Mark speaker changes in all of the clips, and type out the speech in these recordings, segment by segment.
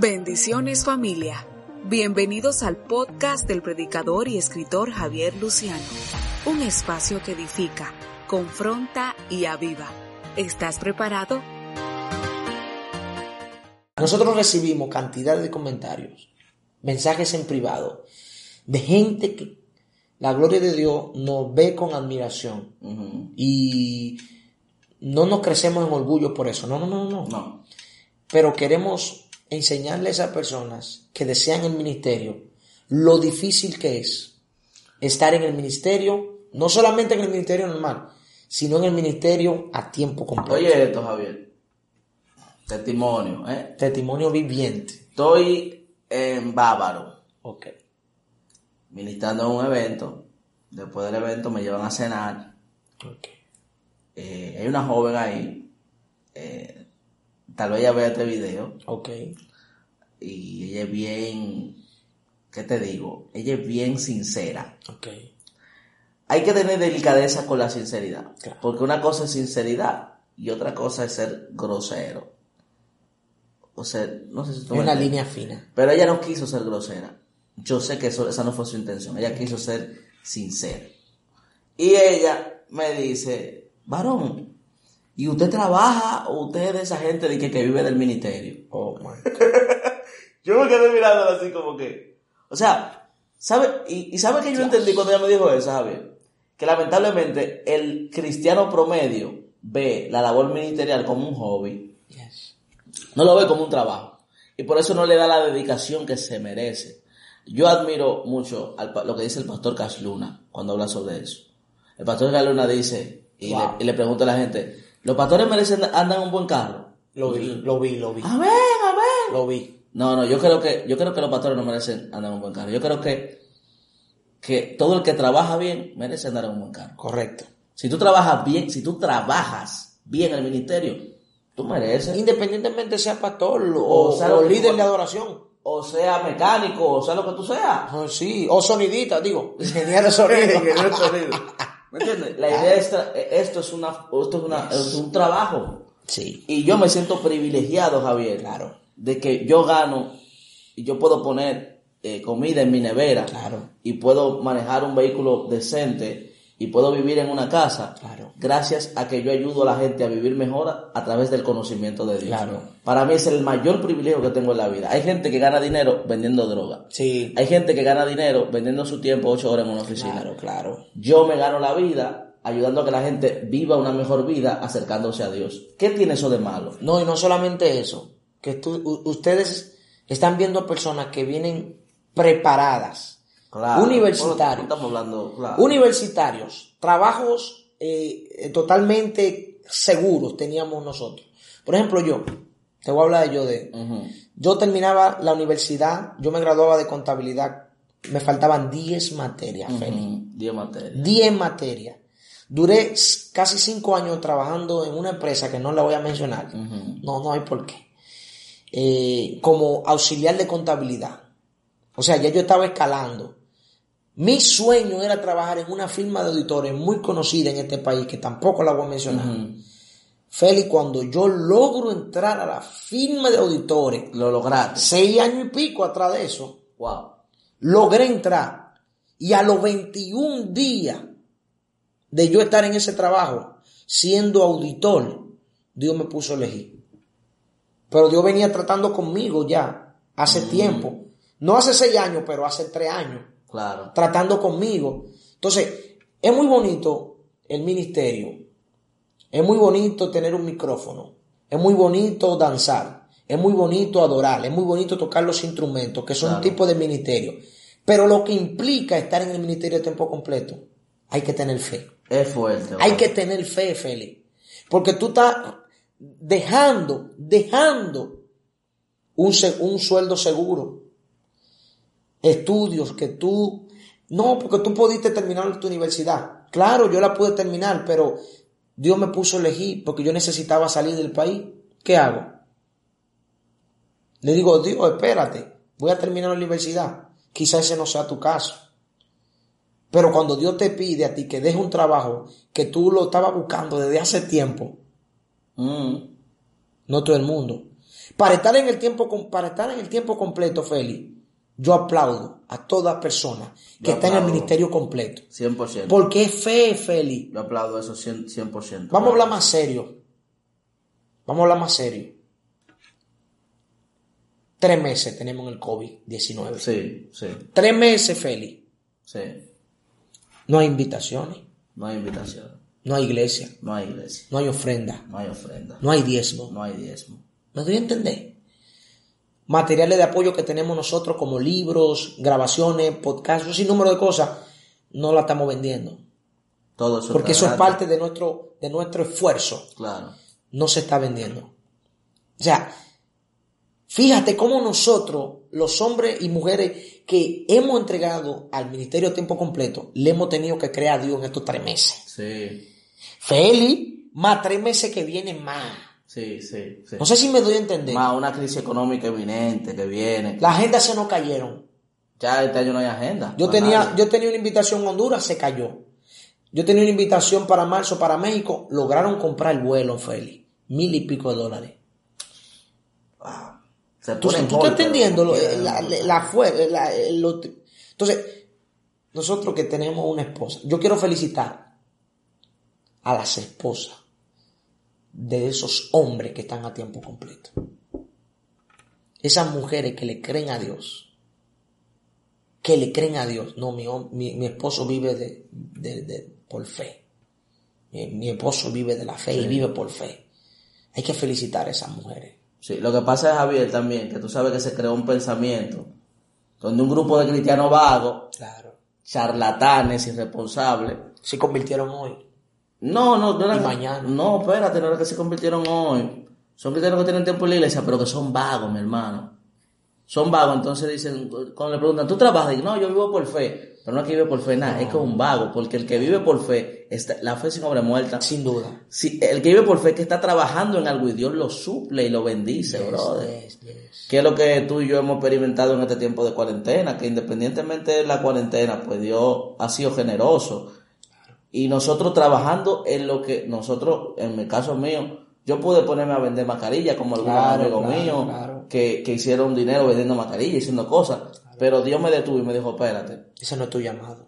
Speaker 1: Bendiciones familia. Bienvenidos al podcast del predicador y escritor Javier Luciano, un espacio que edifica, confronta y aviva. ¿Estás preparado?
Speaker 2: Nosotros recibimos cantidad de comentarios, mensajes en privado, de gente que la gloria de Dios nos ve con admiración y no nos crecemos en orgullo por eso, no, no, no, no.
Speaker 3: No.
Speaker 2: Pero queremos enseñarles a personas que desean el ministerio lo difícil que es estar en el ministerio, no solamente en el ministerio normal, sino en el ministerio a tiempo completo.
Speaker 3: Oye esto, Javier. Testimonio, ¿eh?
Speaker 2: Testimonio viviente.
Speaker 3: Estoy en Bávaro,
Speaker 2: Ok.
Speaker 3: ministrando en un evento. Después del evento me llevan a cenar.
Speaker 2: Ok.
Speaker 3: Eh, hay una joven ahí. eh, tal vez ella vea este video.
Speaker 2: Ok.
Speaker 3: Y ella es bien... ¿Qué te digo? Ella es bien sincera.
Speaker 2: Ok.
Speaker 3: Hay que tener delicadeza con la sinceridad.
Speaker 2: Claro.
Speaker 3: Porque una cosa es sinceridad y otra cosa es ser grosero. O sea, no sé si
Speaker 2: Es
Speaker 3: tú me
Speaker 2: Una
Speaker 3: entiendes.
Speaker 2: línea fina.
Speaker 3: Pero ella no quiso ser grosera. Yo sé que eso, esa no fue su intención. Ella quiso ser sincera. Y ella me dice, varón, ¿y usted trabaja o usted es de esa gente de que, que vive del ministerio?
Speaker 2: Oh, my God.
Speaker 3: Yo me quedé mirándola así como que... O sea, ¿sabe? Y, y ¿sabe que yo entendí cuando ella me dijo eso, Javier? Que lamentablemente el cristiano promedio ve la labor ministerial como un hobby
Speaker 2: Yes.
Speaker 3: no lo ve como un trabajo. Y por eso no le da la dedicación que se merece. Yo admiro mucho al pa- lo que dice el pastor Casluna cuando habla sobre eso. El pastor Casluna dice, y,
Speaker 2: Wow.
Speaker 3: le, y le pregunta a la gente, ¿los pastores merecen andan en un buen carro?
Speaker 2: Lo vi, lo vi, lo vi.
Speaker 3: Amén, amén.
Speaker 2: Lo vi.
Speaker 3: No, no, yo creo que, yo creo que los pastores no merecen andar en un buen carro. Yo creo que, que todo el que trabaja bien merece andar en un buen carro.
Speaker 2: Correcto.
Speaker 3: Si tú trabajas bien, si tú trabajas bien en el ministerio, tú mereces.
Speaker 2: Independientemente sea pastor o,
Speaker 3: O sea, lo
Speaker 2: o
Speaker 3: que-
Speaker 2: líder de adoración.
Speaker 3: o sea mecánico, o sea lo que tú seas.
Speaker 2: Ah, sí. O sonidita, digo. Ingeniero sonido.
Speaker 3: ¿Me entiendes? La idea es, tra- esto es, una, esto es, una- es un trabajo.
Speaker 2: sí.
Speaker 3: Y yo me siento privilegiado, Javier,
Speaker 2: Claro.
Speaker 3: de que yo gano y yo puedo poner eh, comida en mi nevera.
Speaker 2: Claro.
Speaker 3: Y puedo manejar un vehículo decente y puedo vivir en una casa.
Speaker 2: Claro.
Speaker 3: Gracias a que yo ayudo a la gente a vivir mejor a, a través del conocimiento de Dios.
Speaker 2: Claro.
Speaker 3: Para mí es el mayor privilegio que tengo en la vida. Hay gente que gana dinero vendiendo droga.
Speaker 2: Sí.
Speaker 3: Hay gente que gana dinero vendiendo su tiempo ocho horas en una oficina.
Speaker 2: Claro, claro.
Speaker 3: Yo me gano la vida ayudando a que la gente viva una mejor vida acercándose a Dios. ¿Qué tiene eso de malo?
Speaker 2: No, y no solamente eso. Que tú- u- ustedes están viendo personas que vienen preparadas. Universitarios.
Speaker 3: Estamos hablando, claro.
Speaker 2: Universitarios, trabajos eh, eh, totalmente seguros teníamos nosotros. Por ejemplo, yo, te voy a hablar de yo de...
Speaker 3: Ujú.
Speaker 2: Yo terminaba la universidad, yo me graduaba de contabilidad, me faltaban 10 materias, Félix.
Speaker 3: Ujú. Dios materia.
Speaker 2: 10 materias. Duré s- casi 5 años trabajando en una empresa que no la voy a mencionar.
Speaker 3: Ujú.
Speaker 2: No, no hay por qué. Eh, como auxiliar de contabilidad. O sea, ya yo estaba escalando. Mi sueño era trabajar en una firma de auditores muy conocida en este país, que tampoco la voy a mencionar.
Speaker 3: Ujú.
Speaker 2: Félix, cuando yo logro entrar a la firma de auditores,
Speaker 3: Lo lograste.
Speaker 2: seis años y pico atrás de eso,
Speaker 3: Wow.
Speaker 2: logré entrar. Y a los 21 días de yo estar en ese trabajo, siendo auditor, Dios me puso a elegir. Pero Dios venía tratando conmigo ya hace tiempo. No hace seis años, pero hace tres años
Speaker 3: Claro.
Speaker 2: tratando conmigo. Entonces, es muy bonito el ministerio. Es muy bonito tener un micrófono. Es muy bonito danzar. Es muy bonito adorar. Es muy bonito tocar los instrumentos, que son un
Speaker 3: Claro.
Speaker 2: tipo de ministerio. Pero lo que implica estar en el ministerio a tiempo completo, hay que tener fe.
Speaker 3: Es fuerte.
Speaker 2: Hay
Speaker 3: wow.
Speaker 2: que tener fe, Félix. Porque tú estás dejando, dejando un, un sueldo seguro. Estudios que tú... No, porque tú pudiste terminar tu universidad. Claro, yo la pude terminar, pero Dios me puso a elegir porque yo necesitaba salir del país. ¿Qué hago? Le digo, Dios, espérate, voy a terminar la universidad. Quizás ese no sea tu caso. Pero cuando Dios te pide a ti que dejes un trabajo que tú lo estabas buscando desde hace tiempo, mm. no todo el mundo. Para estar en el tiempo, para estar en el tiempo completo, Félix, yo aplaudo a toda persona que yo está aplaudo. en el ministerio completo.
Speaker 3: 100%.
Speaker 2: Porque es fe, Feli.
Speaker 3: Yo aplaudo eso 100%, 100%.
Speaker 2: Vamos a hablar más serio. Vamos a hablar más serio. Tres meses tenemos el COVID-19.
Speaker 3: Sí, sí.
Speaker 2: Tres meses, Feli.
Speaker 3: Sí.
Speaker 2: No hay invitaciones.
Speaker 3: No hay invitaciones.
Speaker 2: No hay iglesia.
Speaker 3: No hay iglesia.
Speaker 2: No hay ofrenda.
Speaker 3: No hay ofrenda.
Speaker 2: No hay diezmo.
Speaker 3: No hay diezmo.
Speaker 2: ¿Me doy a entender? materiales de apoyo que tenemos nosotros como libros, grabaciones, podcasts, un sinnúmero de cosas, no la estamos vendiendo.
Speaker 3: Todo eso
Speaker 2: Porque eso es parte de nuestro, de nuestro esfuerzo.
Speaker 3: Claro.
Speaker 2: No se está vendiendo. O sea, fíjate cómo nosotros, los hombres y mujeres que hemos entregado al ministerio a tiempo completo, le hemos tenido que creer a Dios en estos tres meses.
Speaker 3: Sí.
Speaker 2: Feli, más tres meses que vienen más.
Speaker 3: Sí, sí, sí,
Speaker 2: No sé si me doy a entender.
Speaker 3: Más una crisis económica evidente que viene.
Speaker 2: La agenda se nos cayeron.
Speaker 3: Ya este año no hay agenda.
Speaker 2: Yo tenía, nadie. yo tenía una invitación a Honduras, se cayó. Yo tenía una invitación para marzo, para México. Lograron comprar el vuelo, Félix. Mil y pico de dólares.
Speaker 3: Wow.
Speaker 2: Se tú, tú estás entendiendo lo, eh, la, la, eh, la, lo, Entonces, nosotros que tenemos una esposa, yo quiero felicitar a las esposas de esos hombres que están a tiempo completo. Esas mujeres que le creen a Dios. Que le creen a Dios. No, mi, mi, mi esposo vive de, de, de, por fe. Mi, mi, esposo vive de la fe sí. y vive por fe. Hay que felicitar a esas mujeres.
Speaker 3: Sí, lo que pasa es, Javier, también, que tú sabes que se creó un pensamiento donde un grupo de cristianos vagos,
Speaker 2: claro.
Speaker 3: charlatanes, irresponsables,
Speaker 2: se convirtieron hoy.
Speaker 3: No, no, no
Speaker 2: era, mañana.
Speaker 3: No, espérate, no era que se convirtieron hoy. Son cristianos que tienen tiempo en la iglesia, pero que son vagos, mi hermano. Son vagos, entonces dicen, cuando le preguntan, ¿tú trabajas? Dicen, no, yo vivo por fe. Pero no es que vive por fe, nada, no. es que es un vago, porque el que vive por fe, está, la fe es una obra muerta.
Speaker 2: Sin duda.
Speaker 3: Si, el que vive por fe es que está trabajando en algo y Dios lo suple y lo bendice, yes, brother. Yes, yes. Que es lo que tú y yo hemos experimentado en este tiempo de cuarentena, que independientemente de la cuarentena, pues Dios ha sido generoso y nosotros trabajando en lo que nosotros, en el caso mío, yo pude ponerme a vender mascarillas como algunos
Speaker 2: claro,
Speaker 3: amigos
Speaker 2: claro,
Speaker 3: míos
Speaker 2: claro.
Speaker 3: Que, que, hicieron dinero vendiendo mascarillas, haciendo cosas. Pero Dios me detuvo y me dijo, espérate.
Speaker 2: Ese no es tu llamado.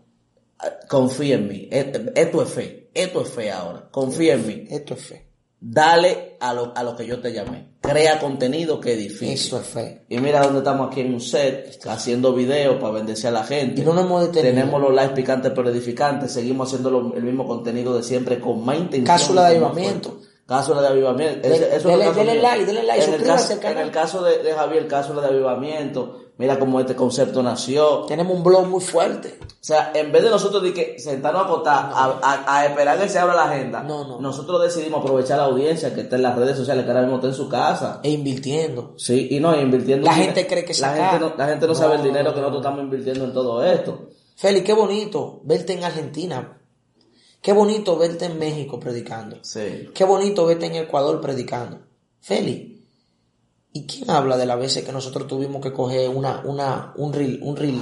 Speaker 3: Confía en mí. E-, Esto es fe. Esto es fe ahora. Confía
Speaker 2: esto
Speaker 3: en mí.
Speaker 2: Esto es fe.
Speaker 3: Dale a lo, a lo que yo te llamé. Crea contenido que edifique.
Speaker 2: Eso es fe.
Speaker 3: Y mira dónde estamos aquí en un set, esto haciendo videos para bendecir a la gente.
Speaker 2: Y no nos hemos detenido.
Speaker 3: Tenemos los lives picantes pero edificantes. Seguimos haciendo lo, el mismo contenido de siempre con más intención.
Speaker 2: Cápsula de avivamiento.
Speaker 3: Cápsula de avivamiento. Dele,
Speaker 2: es dele, dele like, dele like,
Speaker 3: en el caso, al canal. En el caso de, de Javier, cápsula de avivamiento. Mira cómo este concepto nació.
Speaker 2: Tenemos un blog muy fuerte.
Speaker 3: O sea, en vez de nosotros de que sentarnos a acotar, no. a, a, a, esperar que se abra la agenda,
Speaker 2: no, no.
Speaker 3: nosotros decidimos aprovechar la audiencia que está en las redes sociales, que ahora mismo está en su casa.
Speaker 2: E invirtiendo.
Speaker 3: Sí, y no, e invirtiendo.
Speaker 2: La gente cree que se
Speaker 3: la gente no, La gente no, sabe el dinero que nosotros estamos invirtiendo en todo esto.
Speaker 2: Félix, qué bonito verte en Argentina. Qué bonito verte en México predicando.
Speaker 3: Sí.
Speaker 2: Qué bonito verte en Ecuador predicando. Félix, ¿Y quién habla de las veces que nosotros tuvimos que coger una, una, un reel, un reel,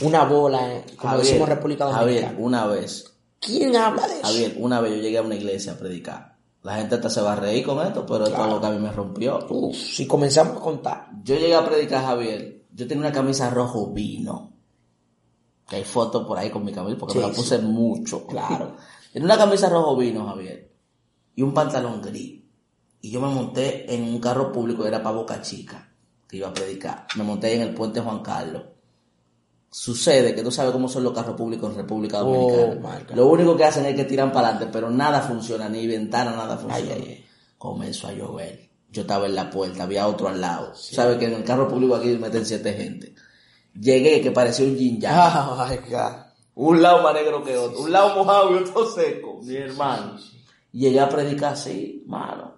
Speaker 2: una bola, eh, como
Speaker 3: Javier,
Speaker 2: decimos en República Dominicana?
Speaker 3: Javier, una vez.
Speaker 2: ¿Quién habla de eso?
Speaker 3: Javier, una vez yo llegué a una iglesia a predicar. La gente hasta se va a reír con esto, pero esto es lo que a mí me rompió.
Speaker 2: Uf, si comenzamos a contar.
Speaker 3: Yo llegué a predicar, Javier. Yo tenía una camisa rojo vino. Que hay fotos por ahí con mi camisa, porque
Speaker 2: Sí,
Speaker 3: me la puse mucho.
Speaker 2: Claro.
Speaker 3: tenía una camisa rojo vino, Javier. Y un pantalón gris. Y yo me monté en un carro público, era para Boca Chica, que iba a predicar. Me monté en el puente Juan Carlos. Sucede que tú sabes cómo son los carros públicos en República Dominicana.
Speaker 2: Oh,
Speaker 3: Lo único que hacen es que tiran para adelante, pero nada funciona, ni ventana, nada funciona.
Speaker 2: Ay, ay, ay.
Speaker 3: Comenzó a llover. Yo estaba en la puerta, había otro al lado. Sabes que en el carro público aquí meten siete gente. Llegué que parecía un yin yang.
Speaker 2: Oh, my God.
Speaker 3: Un lado más negro que otro. Un lado mojado y otro seco, mi hermano. Llegué a predicar así, mano.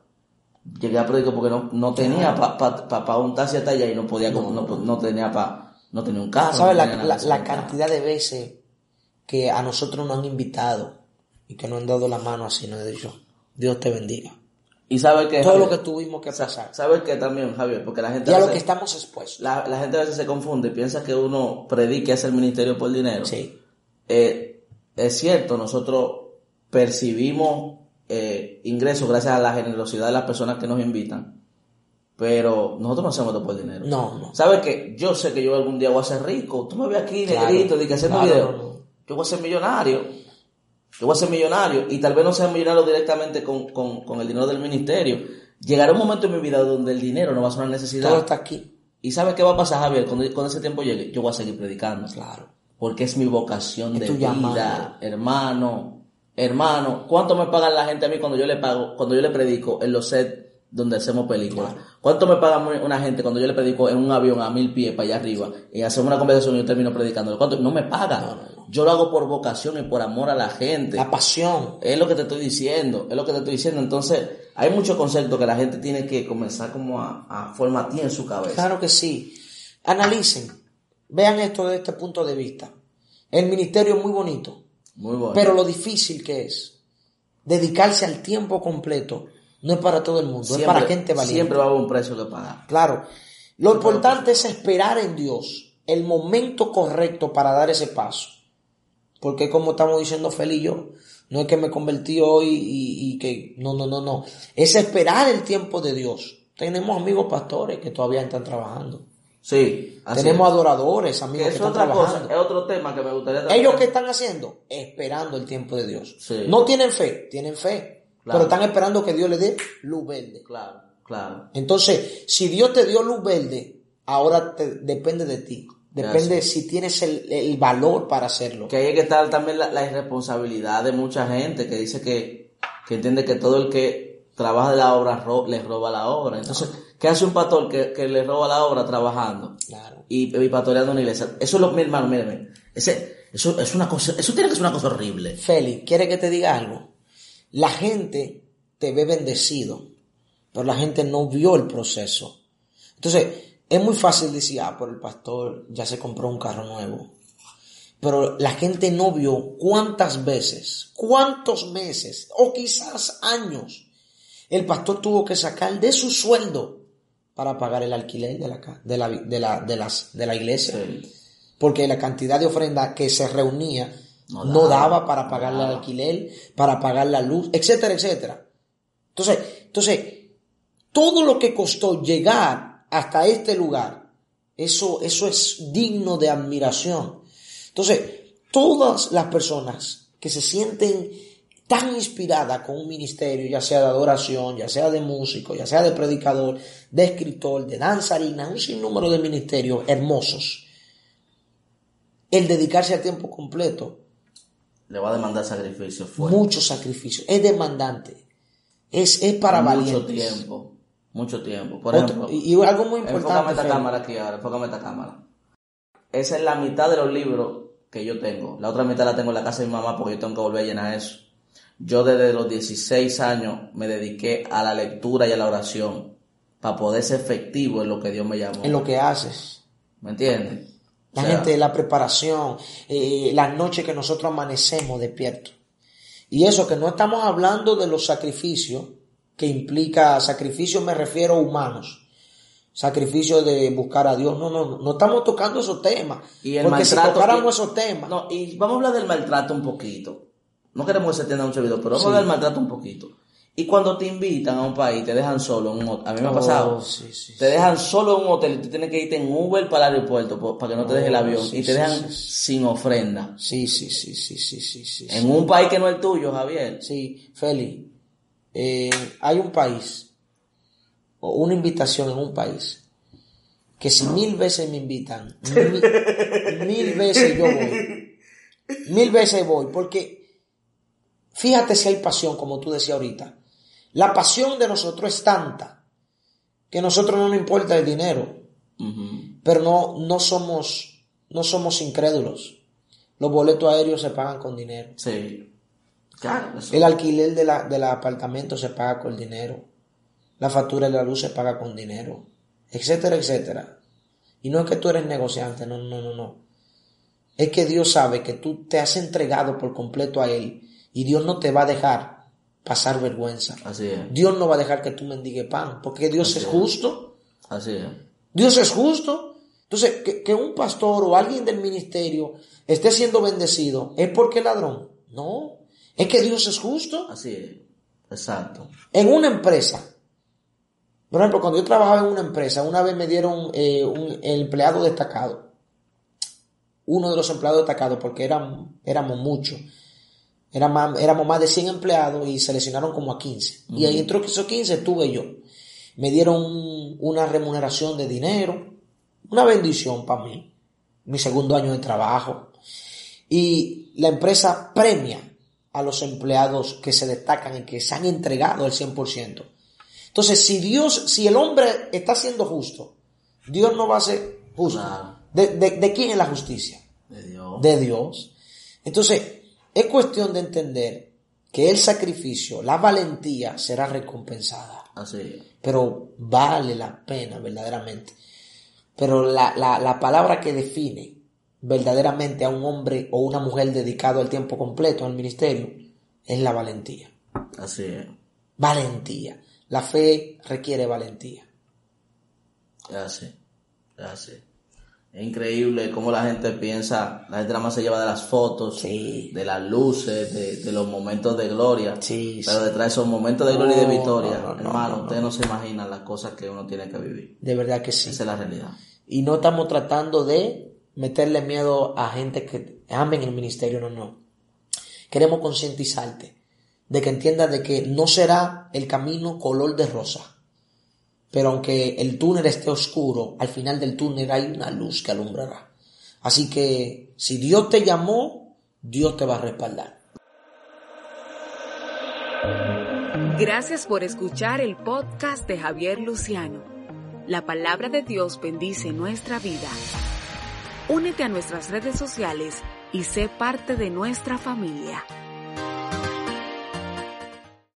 Speaker 3: Llegué a predicar porque no, no tenía para pa, pa, pa untarse hasta allá y no podía, como, no, no tenía para, no tenía un carro.
Speaker 2: ¿Sabes
Speaker 3: no
Speaker 2: la,
Speaker 3: tenía nada
Speaker 2: la-
Speaker 3: de eso,
Speaker 2: la
Speaker 3: no tenía nada.
Speaker 2: cantidad de veces que a nosotros nos han invitado y que nos han dado la mano así? Nos han dicho, Dios te bendiga.
Speaker 3: Y sabes que.
Speaker 2: Todo lo que tuvimos que pasar.
Speaker 3: Sabes que también, Javier, porque la gente.
Speaker 2: Y
Speaker 3: a
Speaker 2: a lo
Speaker 3: veces-
Speaker 2: que estamos expuestos.
Speaker 3: la, la gente a veces se confunde y piensa que uno predica y hace el ministerio por dinero.
Speaker 2: Sí.
Speaker 3: Eh, es cierto, nosotros percibimos eh, ingresos gracias a la generosidad de las personas que nos invitan, pero nosotros no hacemos todo por dinero.
Speaker 2: No, no.
Speaker 3: ¿Sabes qué? Yo sé que yo algún día voy a ser rico. Tú me ves aquí,
Speaker 2: Claro,
Speaker 3: negrito, de que haciendo
Speaker 2: claro,
Speaker 3: video.
Speaker 2: no, no.
Speaker 3: Yo voy a ser millonario. Yo voy a ser millonario. Y tal vez no sea millonario directamente con, con- con el dinero del ministerio. Llegará un momento en mi vida donde el dinero no va a ser una necesidad.
Speaker 2: Todo está aquí.
Speaker 3: ¿Y sabes qué va a pasar, Javier? Cuando, cuando ese tiempo llegue, yo voy a seguir predicando.
Speaker 2: Claro.
Speaker 3: Porque es mi vocación
Speaker 2: Es
Speaker 3: de
Speaker 2: tu
Speaker 3: vida,
Speaker 2: llamado.
Speaker 3: hermano. Hermano, ¿cuánto me pagan la gente a mí cuando yo le pago, cuando yo le predico en los sets donde hacemos películas? ¿Cuánto me pagan una gente cuando yo le predico en un avión a mil pies para allá arriba y hacemos una conversación y yo termino predicando? ¿Cuánto? No me pagan. Yo lo hago por vocación y por amor a la gente.
Speaker 2: La pasión.
Speaker 3: Es lo que te estoy diciendo, es lo que te estoy diciendo. Entonces, hay muchos conceptos que la gente tiene que comenzar como a, a formatear en su cabeza.
Speaker 2: Claro que sí. Analicen. Vean esto desde este punto de vista. El ministerio es muy bonito,
Speaker 3: Muy bueno.
Speaker 2: pero lo difícil que es dedicarse al tiempo completo no es para todo el mundo, es para gente valiente.
Speaker 3: Siempre va a haber un precio que pagar.
Speaker 2: Claro. Lo importante es esperar en Dios el momento correcto para dar ese paso. Porque como estamos diciendo Fel y yo, no es que me convertí hoy y, y que... No, no, no, no. Es esperar el tiempo de Dios. Tenemos amigos pastores que todavía están trabajando.
Speaker 3: Sí, así
Speaker 2: Tenemos
Speaker 3: es.
Speaker 2: adoradores,
Speaker 3: Que
Speaker 2: amigos que
Speaker 3: es
Speaker 2: están
Speaker 3: otra cosa,
Speaker 2: trabajando.
Speaker 3: es otro tema que me gustaría tratar.
Speaker 2: ¿Ellos qué están haciendo? Esperando el tiempo de Dios.
Speaker 3: Sí.
Speaker 2: No tienen fe, tienen fe.
Speaker 3: Claro.
Speaker 2: Pero están esperando que Dios les dé luz verde.
Speaker 3: Claro, claro.
Speaker 2: Entonces, si Dios te dio luz verde, ahora te- depende de ti. Depende
Speaker 3: Gracias.
Speaker 2: si tienes el, el valor para hacerlo.
Speaker 3: Que ahí hay que estar también la, la irresponsabilidad de mucha gente que dice que, que entiende que todo el que trabaja de la obra ro- le roba la obra. Entonces, ¿qué hace un pastor que, que le roba la obra trabajando?
Speaker 2: Claro.
Speaker 3: y, y pastoreando una iglesia. Eso es lo, mi hermano, mire, mire. Ese, eso es una cosa, eso tiene que ser una cosa horrible.
Speaker 2: Feli, ¿quiere que te diga algo? La gente te ve bendecido, pero la gente no vio el proceso. Entonces, es muy fácil decir, ah, pero el pastor ya se compró un carro nuevo. Pero la gente no vio cuántas veces, cuántos meses o quizás años el pastor tuvo que sacar de su sueldo para pagar el alquiler de la, ca- de la, vi- de la- de las, de la iglesia. Porque la cantidad de ofrenda que se reunía
Speaker 3: No
Speaker 2: no,
Speaker 3: daba,
Speaker 2: daba para pagar
Speaker 3: no
Speaker 2: el
Speaker 3: daba.
Speaker 2: alquiler, para pagar la luz, etcétera, etcétera. Entonces, entonces, todo lo que costó llegar hasta este lugar, eso, eso es digno de admiración. Entonces, todas las personas que se sienten tan inspiradas con un ministerio, ya sea de adoración, ya sea de músico, ya sea de predicador, de escritor, de danzarina, un sinnúmero de ministerios hermosos, el dedicarse a tiempo completo,
Speaker 3: Le va a demandar sacrificio fuerte.
Speaker 2: mucho sacrificio, es demandante, es, es para
Speaker 3: mucho
Speaker 2: valientes.
Speaker 3: tiempo. Mucho tiempo. Por
Speaker 2: Otro-
Speaker 3: ejemplo,
Speaker 2: y, y algo muy
Speaker 3: enfócame
Speaker 2: importante.
Speaker 3: esta
Speaker 2: Fer,
Speaker 3: cámara aquí ahora, enfócame esta cámara. Esa es la mitad de los libros que yo tengo. La otra mitad la tengo en la casa de mi mamá porque yo tengo que volver a llenar eso. Yo desde los 16 años me dediqué a la lectura y a la oración para poder ser efectivo en lo que Dios me llamó.
Speaker 2: en lo que haces.
Speaker 3: ¿Me entiendes?
Speaker 2: La
Speaker 3: O sea,
Speaker 2: gente, la preparación, eh, la noche que nosotros amanecemos despiertos. Y eso que no estamos hablando de los sacrificios, que implica sacrificios me refiero a humanos. Sacrificio de buscar a Dios. No, no, no, no estamos tocando esos temas.
Speaker 3: Y el
Speaker 2: porque si
Speaker 3: maltrato
Speaker 2: tocáramos
Speaker 3: que-
Speaker 2: esos temas,
Speaker 3: No, y vamos a hablar del maltrato un poquito. No queremos que se entienda mucho el video, pero vamos a hablar del maltrato un poquito. Y cuando te invitan a un país, te dejan solo en un hotel. A mí me ha
Speaker 2: Oh,
Speaker 3: pasado.
Speaker 2: sí, sí,
Speaker 3: te dejan solo en un hotel y tú tienes que irte en Uber para el aeropuerto po- para que no te deje el
Speaker 2: Oh,
Speaker 3: avión.
Speaker 2: sí,
Speaker 3: y
Speaker 2: sí,
Speaker 3: te dejan
Speaker 2: sí, sí.
Speaker 3: sin ofrenda.
Speaker 2: sí, sí, sí, sí, sí, sí, sí.
Speaker 3: En un país que no es el tuyo, Javier.
Speaker 2: Sí, Feli, eh, hay un país, o una invitación en un país, que si mil veces me invitan, mi- mil veces yo voy. Mil veces voy, porque fíjate si hay pasión, como tú decías ahorita. La pasión de nosotros es tanta que a nosotros no nos importa el dinero,
Speaker 3: Ujú.
Speaker 2: pero no, no, somos, no somos incrédulos. Los boletos aéreos se pagan con dinero.
Speaker 3: Sí. Claro, eso-
Speaker 2: El alquiler de la, del apartamento se paga con dinero. La factura de la luz se paga con dinero. Etcétera, etcétera. Y no es que tú eres negociante, no, no, no, no. Es que Dios sabe que tú te has entregado por completo a Él. Y Dios no te va a dejar pasar vergüenza.
Speaker 3: Así es.
Speaker 2: Dios no va a dejar que tú mendigues pan. Porque Dios es justo.
Speaker 3: Así es.
Speaker 2: Dios es justo. Entonces, que, que un pastor o alguien del ministerio esté siendo bendecido, ¿es porque es ladrón? No. Es que Dios es justo.
Speaker 3: Así es. Exacto.
Speaker 2: En una empresa. Por ejemplo, cuando yo trabajaba en una empresa, una vez me dieron eh, un empleado destacado. Uno de los empleados destacados, porque eran, éramos muchos. Era más- éramos más de 100 empleados y seleccionaron como a 15. Y ahí entró que esos 15 estuve yo. Me dieron un- una remuneración de dinero, una bendición para mí, mi segundo año de trabajo. Y la empresa premia a los empleados que se destacan y que se han entregado al 100%. Entonces, si Dios, si el hombre está siendo justo, Dios no va a ser justo.
Speaker 3: Claro.
Speaker 2: ¿De- de, de quién es la justicia?
Speaker 3: De Dios.
Speaker 2: de Dios. Entonces, es cuestión de entender que el sacrificio, la valentía será recompensada,
Speaker 3: Así es.
Speaker 2: pero vale la pena verdaderamente. Pero la, la- la palabra que define verdaderamente a un hombre o una mujer dedicado al tiempo completo al ministerio es la valentía.
Speaker 3: Así es.
Speaker 2: Valentía. La fe requiere valentía.
Speaker 3: Así, así. Es increíble cómo la gente piensa, la gente nada más se lleva de las fotos,
Speaker 2: Sí.
Speaker 3: de las luces, de, de los momentos de gloria.
Speaker 2: Sí,
Speaker 3: pero
Speaker 2: sí.
Speaker 3: detrás de esos momentos de gloria y de
Speaker 2: No,
Speaker 3: victoria,
Speaker 2: no, no, no,
Speaker 3: hermano,
Speaker 2: no,
Speaker 3: ustedes no se imaginan las cosas que uno tiene que vivir.
Speaker 2: De verdad que sí.
Speaker 3: Esa es la realidad.
Speaker 2: Y no estamos tratando de meterle miedo a gente que amen el ministerio, no, no. Queremos concientizarte de que entiendas de que no será el camino color de rosa. Pero aunque el túnel esté oscuro, al final del túnel hay una luz que alumbrará. Así que si Dios te llamó, Dios te va a respaldar.
Speaker 1: Gracias por escuchar el podcast de Javier Luciano. La palabra de Dios bendice nuestra vida. Únete a nuestras redes sociales y sé parte de nuestra familia.